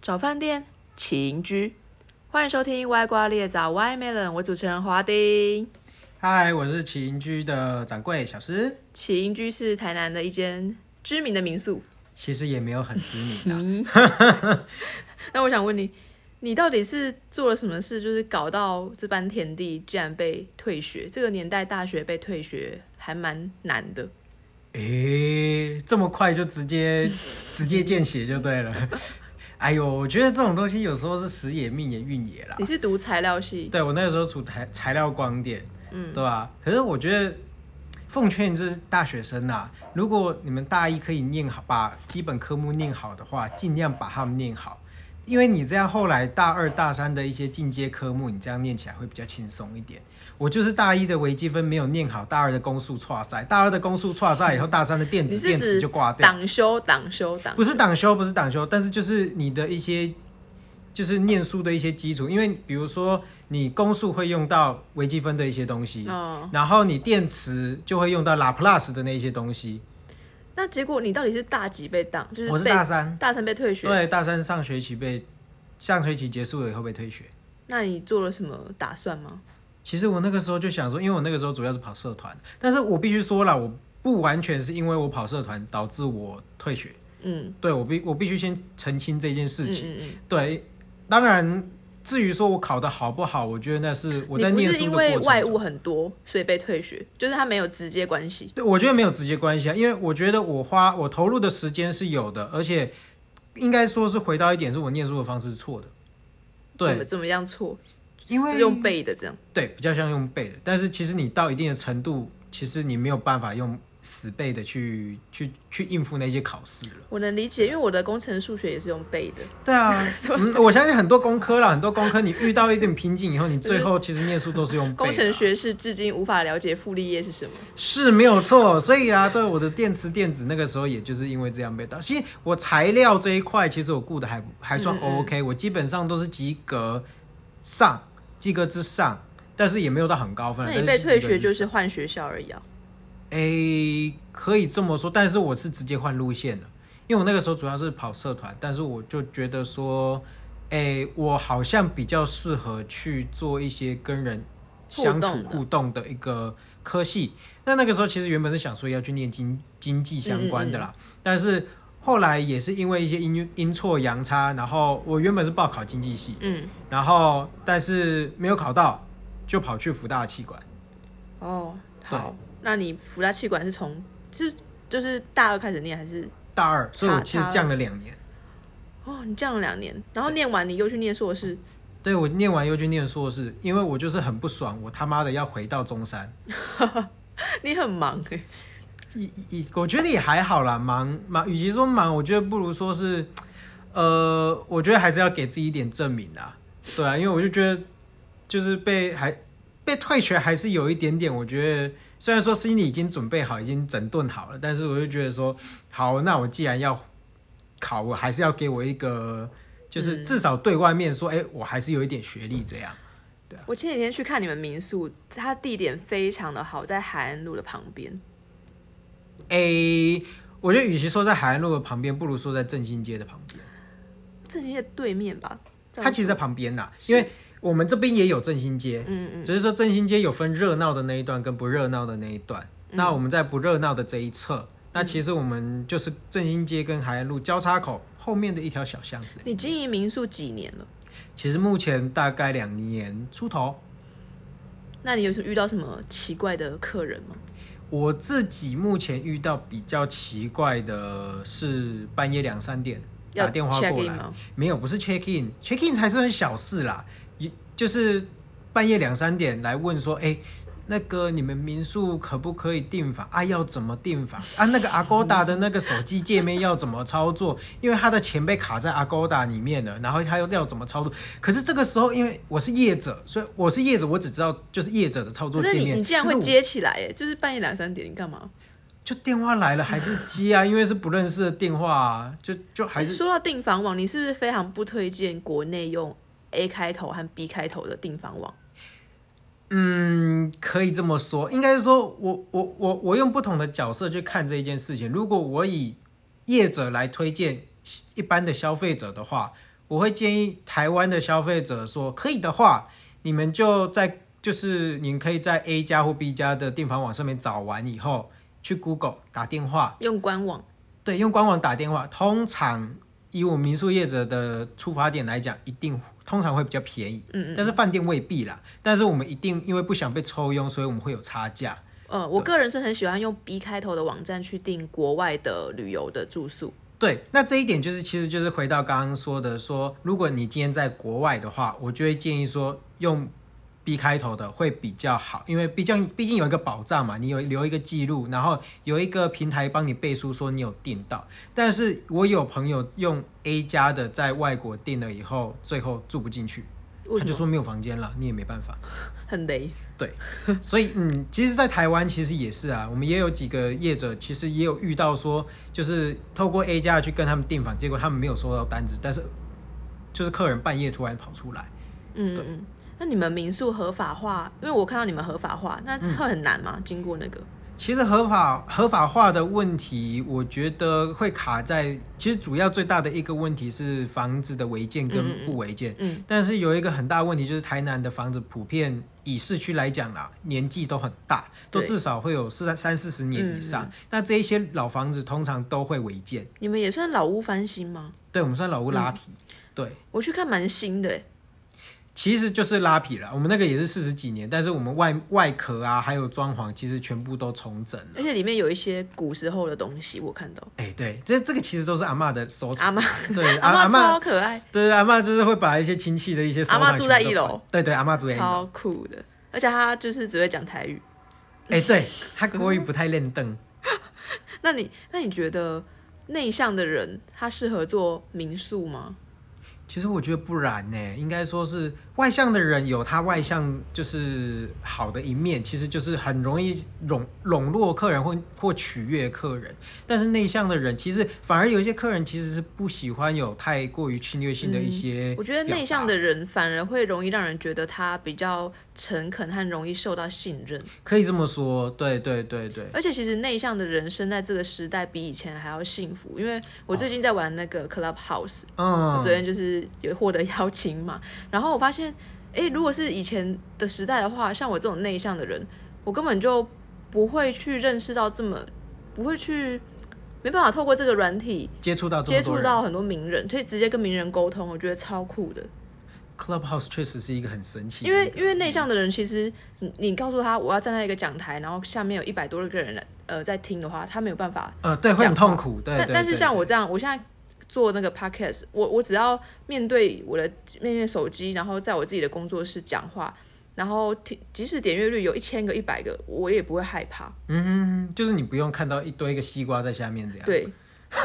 找饭店、起营居。欢迎收听《歪瓜裂枣 Y Melon》，我主持人华丁。嗨，我是起营居的掌柜小诗，起营居是台南的一间知名的民宿。其实也没有很知名啊，那我想问你，你到底是做了什么事，就是搞到这般田地，竟然被退学？这个年代大学被退学还蛮难的。诶、这么快就直接直接见血就对了。 哎呦，我觉得这种东西有时候是时也命也运也啦。你是读材料系，对我那个时候处材材料光点，嗯，对吧、可是我觉得奉劝这大学生啊，如果你们大一可以念好，把基本科目念好的话，尽量把它们念好，因为你这样后来大二大三的一些进阶科目，你这样念起来会比较轻松一点。我就是大一的微积分没有念好，大二的公数错赛，大二的公数错赛以后，大三的电你子是电指池就挂掉。党修、党修、党不是党修，不是党修，但是就是你的一些，就是念书的一些基础，因为比如说你公数会用到微积分的一些东西，哦。然后你电池就会用到拉普拉斯的那一些东西。那结果你到底是大几被当？就是我是被大三，大三被退学。对，大三上学期被上学期结束了以后被退学。那你做了什么打算吗？其实我那个时候就想说，因为我那个时候主要是跑社团，但是我必须说了，我不完全是因为我跑社团导致我退学，嗯，对我必我必须先澄清这件事情。嗯嗯嗯对，当然，至于说我考的好不好，我觉得那是我在你念不是书的因过为程外中务很多，所以被退学，就是他没有直接关系。对，我觉得没有直接关系啊，因为我觉得我花我投入的时间是有的，而且应该说是回到一点，是我念书的方式是错的。怎么对，怎么样错？因为是用背的这样。对，比较像用背的，但是其实你到一定的程度，其实你没有办法用死背的去去去应付那些考试了。我能理解，因为我的工程数学也是用背的。对啊， 嗯，我相信很多工科啦，很多工科你遇到一点瓶颈以后，你最后其实念书都是用背的啊、工程学是至今无法了解傅立叶是什么。是没有错，所以啊，对我的电池电子那个时候也就是因为这样被盗。其实我材料这一块，其实我顾的还不还算嗯嗯 OK，、我基本上都是及格上，及格之上，但是也没有到很高分啊。那你被但是退及格学之就是上换学校而已啊。诶、可以这么说，但是我是直接换路线的，因为我那个时候主要是跑社团，但是我就觉得说，诶、我好像比较适合去做一些跟人相处互动的互动的一个科系。那那个时候其实原本是想说要去念经经济相关的啦，嗯但是后来也是因为一些阴阴错阳差，然后我原本是报考经济系，嗯，然后但是没有考到，就跑去福大气管。哦，对好。那你福大气管是从是就是大二开始念还是？大二，所以我其差实差降了两年。哦，你降了两年，然后念完你又去念硕 士。对我念完又去念硕士，因为我就是很不爽，我他妈的要回到中山。你很忙哎、一一，我觉得也还好啦，忙忙，与其说忙，我觉得不如说是，呃，我觉得还是要给自己一点证明啦。对啊，因为我就觉得，就是被还被退学，还是有一点点。我觉得虽然说心里已经准备好，已经整顿好了，但是我就觉得说，好，那我既然要考，我还是要给我一个，就是至少对外面说，哎、我还是有一点学历这样。啊我前几天去看你们民宿，它地点非常的好，在海岸路的旁边。诶、我觉得与其说在海岸路的旁边，不如说在振兴街的旁边。正兴街对面吧？这它样其实在旁边呐，因为我们这边也有振兴街，嗯嗯，只是说振兴街有分热闹的那一段跟不热闹的那一段。嗯那我们在不热闹的这一侧，那其实我们就是振兴街跟海岸路交叉口后面的一条小巷子。你经营民宿几年了？其实目前大概两年出头。那你有什么遇到什么奇怪的客人吗？我自己目前遇到比较奇怪的是半夜两三点要打电话 check 过 in 来吗，没有，不是 check in，check in 还是很小事啦，一就是半夜两三点来问说，哎、那个你们民宿可不可以订房啊？要怎么订房啊？那个 Agoda 的那个手机界面要怎么操作？ 因为他的钱被卡在 Agoda 里面了，然后他又要怎么操作？可是这个时候，因为我是业者，所以我是业者，我只知道就是业者的操作可界是你面。你竟然但是会我接起来哎、就是半夜两三点，你干嘛？就电话来了还是接啊，因为是不认识的电话、啊，就就还是说到订房网，你是不是非常不推荐国内用 A 开头和 B 开头的订房网？嗯，可以这么说，应该是说我我我我用不同的角色去看这一件事情。如果我以业者来推荐一般的消费者的话，我会建议台湾的消费者说，可以的话，你们就在就是你们可以在 A 家或 B 家的订房网上面找完以后，去 Google 打电话，用官网，对，用官网打电话，通常以我们民宿业者的出发点来讲，一定通常会比较便宜，嗯但是饭店未必啦。但是我们一定因为不想被抽佣，所以我们会有差价。呃，我个人是很喜欢用 B 开头的网站去订国外的旅游的住宿。对，那这一点就是，其实就是回到刚刚说的说如果你今天在国外的话，我就会建议说用 B 开头的会比较好，因为毕竟毕竟有一个保障嘛，你有留一个记录，然后有一个平台帮你背书说你有订到。但是我有朋友用 A 加的在外国订了以后，最后住不进去，为他什就么说没有房间了，你也没办法。很雷？对，所以嗯，其实，在台湾其实也是啊，我们也有几个业者，其实也有遇到说，就是透过 A 加去跟他们订房，结果他们没有收到单子，但是就是客人半夜突然跑出来，嗯嗯嗯。那你们民宿合法化，因为我看到你们合法化，那嗯会很难吗？经过那个，其实合法合法化的问题，我觉得会卡在，其实主要最大的一个问题是房子的违建嗯跟不违建。嗯，但是有一个很大问题，就是台南的房子普遍以市区来讲啦，年纪都很大，都对至少会有四三四十年以上。嗯那这一些老房子通常都会违建，你们也算老屋翻新吗？对我们算老屋拉皮，嗯对，我去看蛮新的欸，其实就是拉皮了。我们那个也是四十几年，但是我们外外壳啊，还有装潢，其实全部都重整了。而且里面有一些古时候的东西，我看到。哎、对，这这个其实哦都是阿嬷的收藏，阿妈， 对阿阿阿嬷嬷超可爱，对，阿嬷就是会把一些亲戚的一些收藏阿嬷住在全部都一楼搬，对对，阿嬷住在一楼。超酷的，而且她就是只会讲台语。哎、对他国语不太练凳，那你那你觉得内向的人他适合做民宿吗？其实我觉得不然呢、应该说是外向的人有他外向就是好的一面，其实就是很容易笼笼络客人或或取悦客人。但是内向的人，其实反而有一些客人其实是不喜欢有太过于侵略性的一些、嗯我觉得内向的人反而会容易让人觉得他比较诚恳和容易受到信任，可以这么说，对对对对，而且其实内向的人生在这个时代比以前还要幸福，因为我最近在玩那哦个 Clubhouse，、我嗯昨，天就是有获得邀请码，然后我发现，诶，如果是以前的时代的话，像我这种内向的人，我根本就不会去认识到这么，不会去，没办法透过这个软体接触啊到这接么多触人到很多名人，所以直接跟名人沟通，我觉得超酷的。 Clubhouse 确实是一个很神奇的因一个，为因为内向的啊人，其实你你告诉他我要站在一个讲台，然后下面有一百多个人来呃在听的话，他没有办法。呃对会很痛苦，对对但但是对像对我这样，我现在做那个 podcast，我我只要面对我的面对手机，然后在我自己的工作室讲话，然后听即使点阅率有一千个、一百个，我也不会害怕。嗯，就是你不用看到一堆一个西瓜在下面这样。对。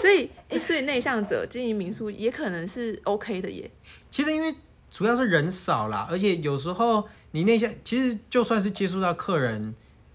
所以，诶所以内向者经营民宿也可能是 OK 的耶。其实因为主要是人少啦，而且有时候你那些其实就算是接触到客人，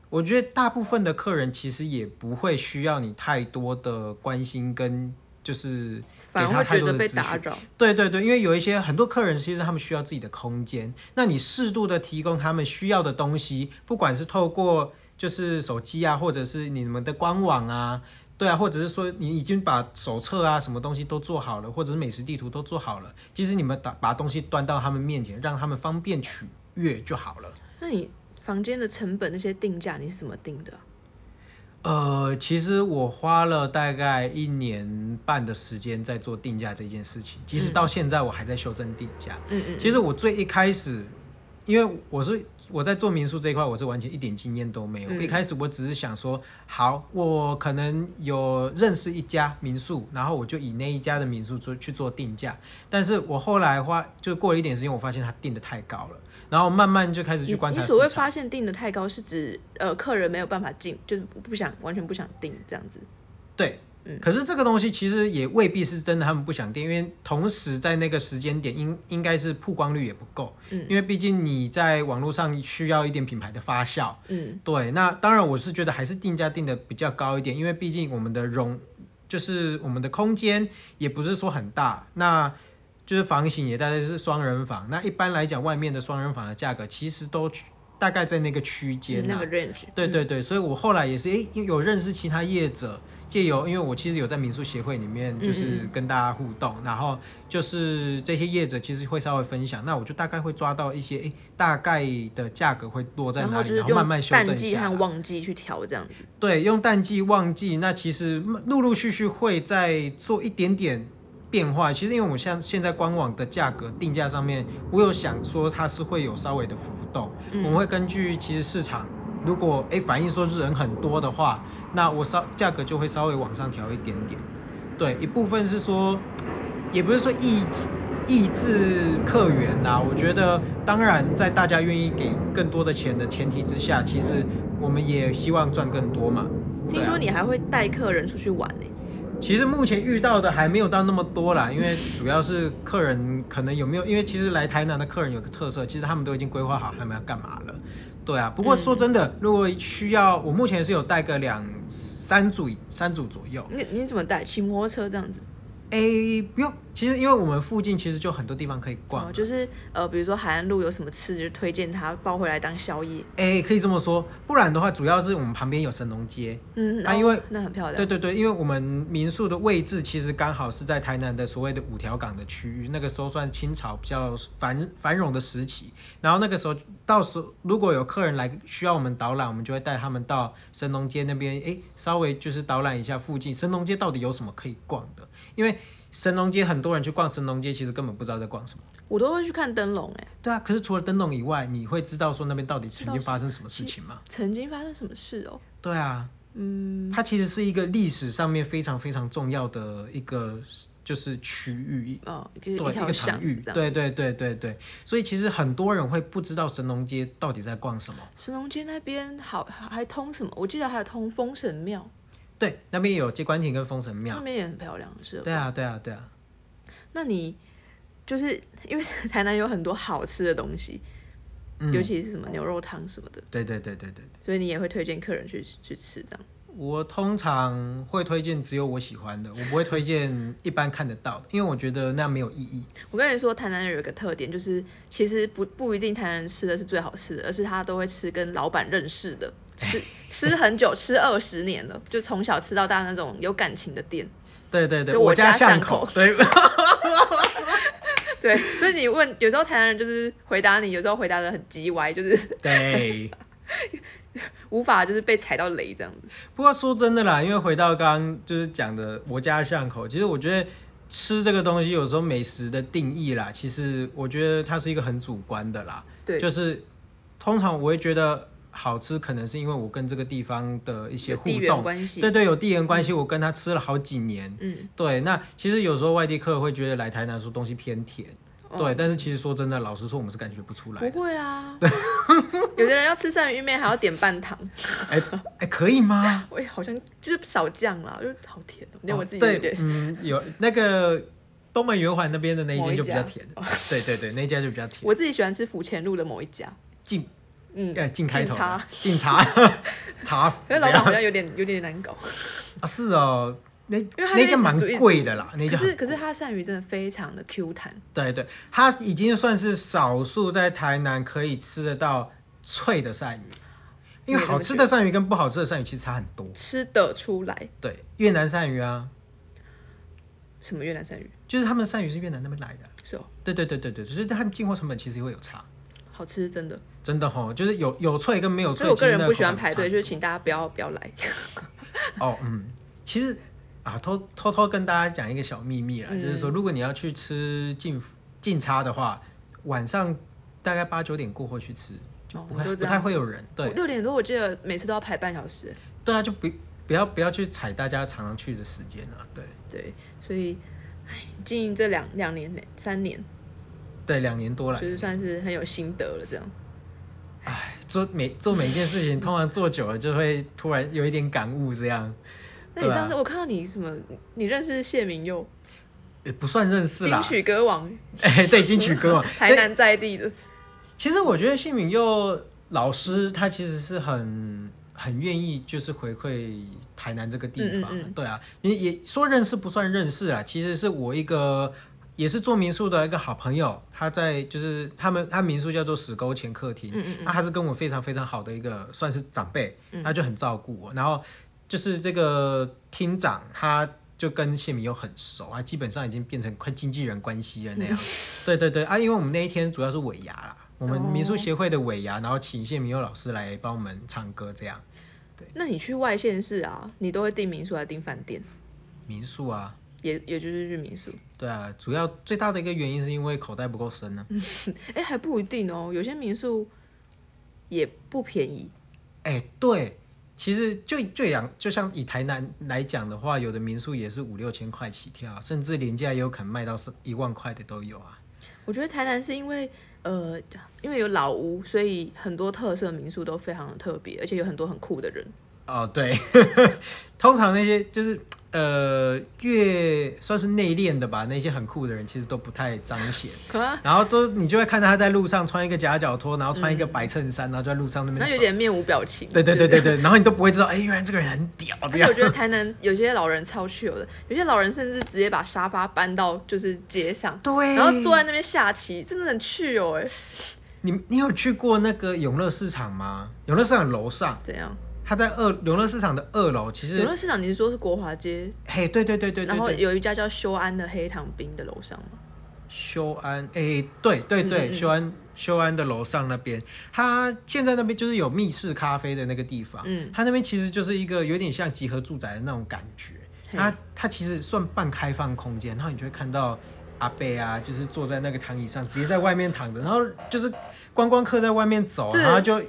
我觉得大部分的客人其实也不会需要你太多的关心跟就是反而给他太会觉多得的被资讯打扰。对对对，因为有一些很多客人其实他们需要自己的空间，那你适度的提供他们需要的东西，不管是透过就是手机啊，或者是你们的官网啊。对啊，或者是说你已经把手册啊什么东西都做好了，或者是美食地图都做好了，其实你们把把东西端到他们面前，让他们方便取阅就好了。那你房间的成本那些定价你是怎么定的啊、呃，其实我花了大概一年半的时间在做定价这件事情，其实到现在我还在修正定价。嗯嗯，其实我最一开始，因为我是我在做民宿这一块，我是完全一点经验都没有。嗯一开始我只是想说，好，我可能有认识一家民宿，然后我就以那一家的民宿做去做定价。但是我后来花就过了一点时间，我发现它定的太高了，然后慢慢就开始去观察你市所谓场。发现定的太高，是指呃客人没有办法进，就是不想完全不想定这样子。对，嗯可是这个东西其实也未必是真的，他们不想订，因为同时在那个时间点应应该是曝光率也不够，嗯因为毕竟你在网络上需要一点品牌的发酵。嗯，对，那当然我是觉得还是定价定的比较高一点，因为毕竟我们的容就是我们的空间也不是说很大，那就是房型也大概是双人房，那一般来讲外面的双人房的价格其实都大概在那个区间、啊那个 range。对对对，所以我后来也是，诶，有认识其他业者，借由，因为我其实有在民宿协会里面就嗯是跟大家互动，然后就是这些业者其实会稍微分享，那我就大概会抓到一些，诶，大概的价格会落在然哪后里，就是然后慢用慢修正淡一季下和啦。旺季去调这样子。对，用淡季旺季，那其实陆陆续续会再做一点点变化。其实因为我像现在官网的价格定价上面，我有想说它是会有稍微的浮动，我们会根据其实市场。如果诶反映说是人很多的话，那我稍价格就会稍微往上调一点点。对，一部分是说，也不是说抑抑制客源呐、我觉得，当然在大家愿意给更多的钱的前提之下，其实我们也希望赚更多嘛。对听啊说你还会带客人出去玩呢、其实目前遇到的还没有到那么多啦，因为主要是客人可能有没有，因为其实来台南的客人有个特色，其实他们都已经规划好他们要干嘛了。对啊，不过说真的，如果需要，我目前是有带个两三组三组左右。你你怎么带？骑摩托车这样子？诶，不用，其实因为我们附近其实就很多地方可以逛哦，，啊就是呃，比如说海岸路有什么吃，就推荐他包回来当宵夜。哎、可以这么说，不然的话，主要是我们旁边有神农街。嗯，啊哦因为那很漂亮。对对对，因为我们民宿的位置其实刚好是在台南的所谓的五条港的区域，那个时候算清朝比较繁繁荣的时期。然后那个时候，到时候如果有客人来需要我们导览，我们就会带他们到神农街那边，哎，稍微就是导览一下附近神农街到底有什么可以逛的。因为神农街很多人去逛神农街，其实根本不知道在逛什么。我都会去看灯笼哎、对啊，可是除了灯笼以外，你会知道说那边到底曾经发生什么事情吗？曾经发生什么事哦？对啊，嗯，它其实是一个历史上面非常非常重要的一个就是区域，哦，就是对，一条个巷场子域，这样。对对对对对，所以其实很多人会不知道神农街到底在逛什么。神农街那边好还通什么？我记得还有通封神庙，对，那边有接官亭跟封神那庙。边也很漂亮，是吧对啊，对啊，对啊。那你就是因为 台南有很多好吃的东西，嗯尤其是什么牛肉汤什么的，对对对对对，所以你也会推荐客人去去吃这样。我通常会推荐只有我喜欢的，我不会推荐一般看得到的，因为我觉得那没有意义。我跟你说，台南人有一个特点，就是其实不不一定台南人吃的是最好吃的，而是他都会吃跟老板认识的，吃 吃很久，吃二十年了，就从小吃到大那种有感情的 店。对对对，就我家家巷巷口对，对，所以你问，有时候台南人就是回答你，有时候回答的很叽歪，就是对，无法就是被踩到雷这样子。不过说真的啦，因为回到刚刚就是讲的我家巷口，其实我觉得吃这个东西有时候美食的定义啦，其实我觉得它是一个很主观的啦。对就是通常我会觉得好吃，可能是因为我跟这个地方的一些有互地缘动，关系，对对，有地缘关系，我跟他吃了好几年。嗯，对，那其实有时候外地客会觉得来台南说东西偏甜，哦对，但是其实说真的，老实说我们是感觉不出来不的。会 啊。有的人要吃鳝鱼面还要点半糖，哎哎，可以吗？我也好像就是少酱啦，就好甜哦、连我哦自己有对点。，嗯，有那个东门圆环那边的那一某间一就比较家甜，对对对，那一家就比较甜。我自己喜欢吃府前路的某一家，进嗯，呃进开头进茶，进茶 茶可是怎老板好样像有点有点难 搞。啊？是哦，那为它那那家一蛮组一贵的啦，那可家是可是他鳝鱼真的非常的 Q 弹，对对，它已经算是少数在台南可以吃得到脆的鳝鱼，因我也这么为好吃的鳝鱼跟不好吃的鳝鱼其实差很多。吃得出来对，越南鳝鱼啊，什么越南鳝鱼就是他们鳝鱼是越南那边来的。是哦，对对对对对，就是它进货成本其实会有差，好吃真的。真的吼，就是有有脆跟没有所脆。以我个其实人那不口喜欢感排差队，就是请大家不要不要来。哦，嗯，其实啊，偷偷偷跟大家讲一个小秘密啦，嗯就是说，如果你要去吃进进差的话，晚上大概八九点过后去吃，就哦不太、就这不样太会有人。对六点多我记得每次都要排半小时，对啊，就不不要不要去踩大家常常去的时间啊。对对，所以唉经营这两两年三年，对，两年多了就，是算是很有心得了这样。哎，做每做每件事 情，通常做久了就会突然有一点感悟，这样那你对啊上次我看到你什么，你认识谢明佑，也不算认识金啦。曲歌 王，哎， 对，金 曲歌王，台南在地的，其实我觉得谢敏佑老师他其实是很很愿意，就是回馈台南这个地方，嗯嗯对啊，也也说认识不算认识啊，其实是我一个也是做民宿的一个好朋友，他在就是他们他民宿叫做史沟前客厅，嗯嗯嗯那他是跟我非常非常好的一个算是长辈，他就很照顾我，然后。就是这个厅长他就跟谢明又很熟，他基本上已经变成快经纪人关系了那嗯样。对对对啊，因为我们那一天主要是尾牙啦，我们哦民宿协会的尾牙，然后请谢明佑老师来帮我们唱歌这样。那你去外县市啊，你都会订民宿还是订饭店？民宿啊，也也就是去民宿，对啊，主要最大的一个原因是因为口袋不够深呢、啊。哎、还不一定哦，有些民宿也不便宜。哎、对，其实就就养就像以台南来讲的话，有的民宿也是五六千块起跳，啊甚至廉价也有可能卖到是一万块的都有啊。我觉得台南是因为呃，因为有老屋，所以很多特色民宿都非常的特别，而且有很多很酷的人。哦，对， 通常那些就是呃越算是内敛的吧，那些很酷的人其实都不太彰 显，啊，然后都你就会看到他在路上穿一个夹脚拖，然后穿一个白衬衫，然后就在路上那嗯那边有走。点面无表情。对对对不对对，然后你都不会知道，哎、原来这个人很屌，而这且样我觉得台南有些老人超去有的，有些老人甚至直接把沙发搬到就是街上，对。然后坐在那边下棋，真的很去有哎。你你有去过那个永乐市场吗？永乐市场楼上，怎样？它在二永乐市场的二楼，其永实乐市场你是说是国华街，嘿，对对对对对然后对，有一家叫修安的黑糖冰的楼上吗？修安哎，对对对，嗯嗯嗯修安修安的楼上那边，它现在那边就是有密室咖啡的那个地方，嗯，它那边其实就是一个有点像集合住宅的那种感觉，嘿它它其实算半开放空间，然后你就会看到。阿贝啊，就是坐在那个躺椅上，直接在外面躺着，然后就是观光客在外面走，对然后就他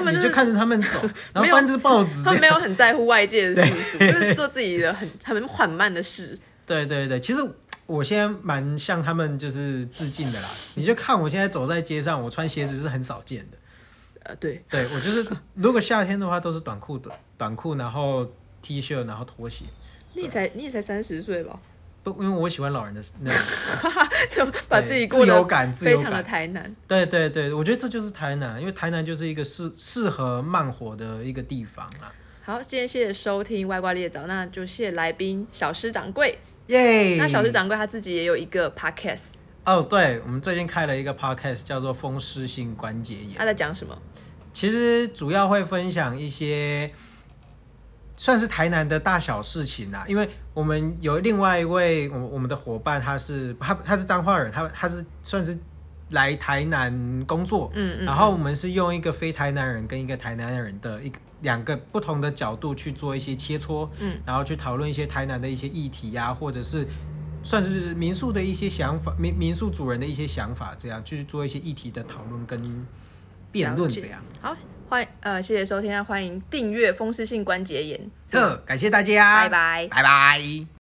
看们你真就的看着他 们走，然后没有翻着报纸这他样们没有很在乎外界 的世俗，就是做自己的很很缓慢的事。对对对，其实我现在蛮向他们就是致敬的啦。你就看我现在走在街上，我穿鞋子是很少见的。呃，对，对我就是， 如果夏天的话都是短裤的短裤，然后 T 恤，然后拖鞋。你也才你也才三十岁吧， 不，因为我喜欢老人的那种就 把自己对过自由得感，自非由常的感。台南。对对对，我觉得这就是台南，因为台南就是一个适适合慢活的一个地方啊。好，今天谢谢收听外挂猎早，那就谢谢来宾小师掌柜。耶、那小师掌柜他自己也有一个 podcast，哦，对，我们最近开了一个 podcast，叫做《风湿性关节炎》。他在讲什么？其实主要会分享一些算是台南的大小事情啊，因为我们有另外一位我我们的伙伴，他是他他是彰化人，他他是算是来台南工作，嗯嗯，然后我们是用一个非台南人跟一个台南人的一个两个不同的角度去做一些切磋，嗯，然后去讨论一些台南的一些议题呀、或者是算是民宿的一些想法，民民宿主人的一些想法，这样去做一些议题的讨论跟辩论了解这样。好，欢呃谢谢收听，那欢迎订阅风湿性关节炎，特感谢大家，拜拜拜拜。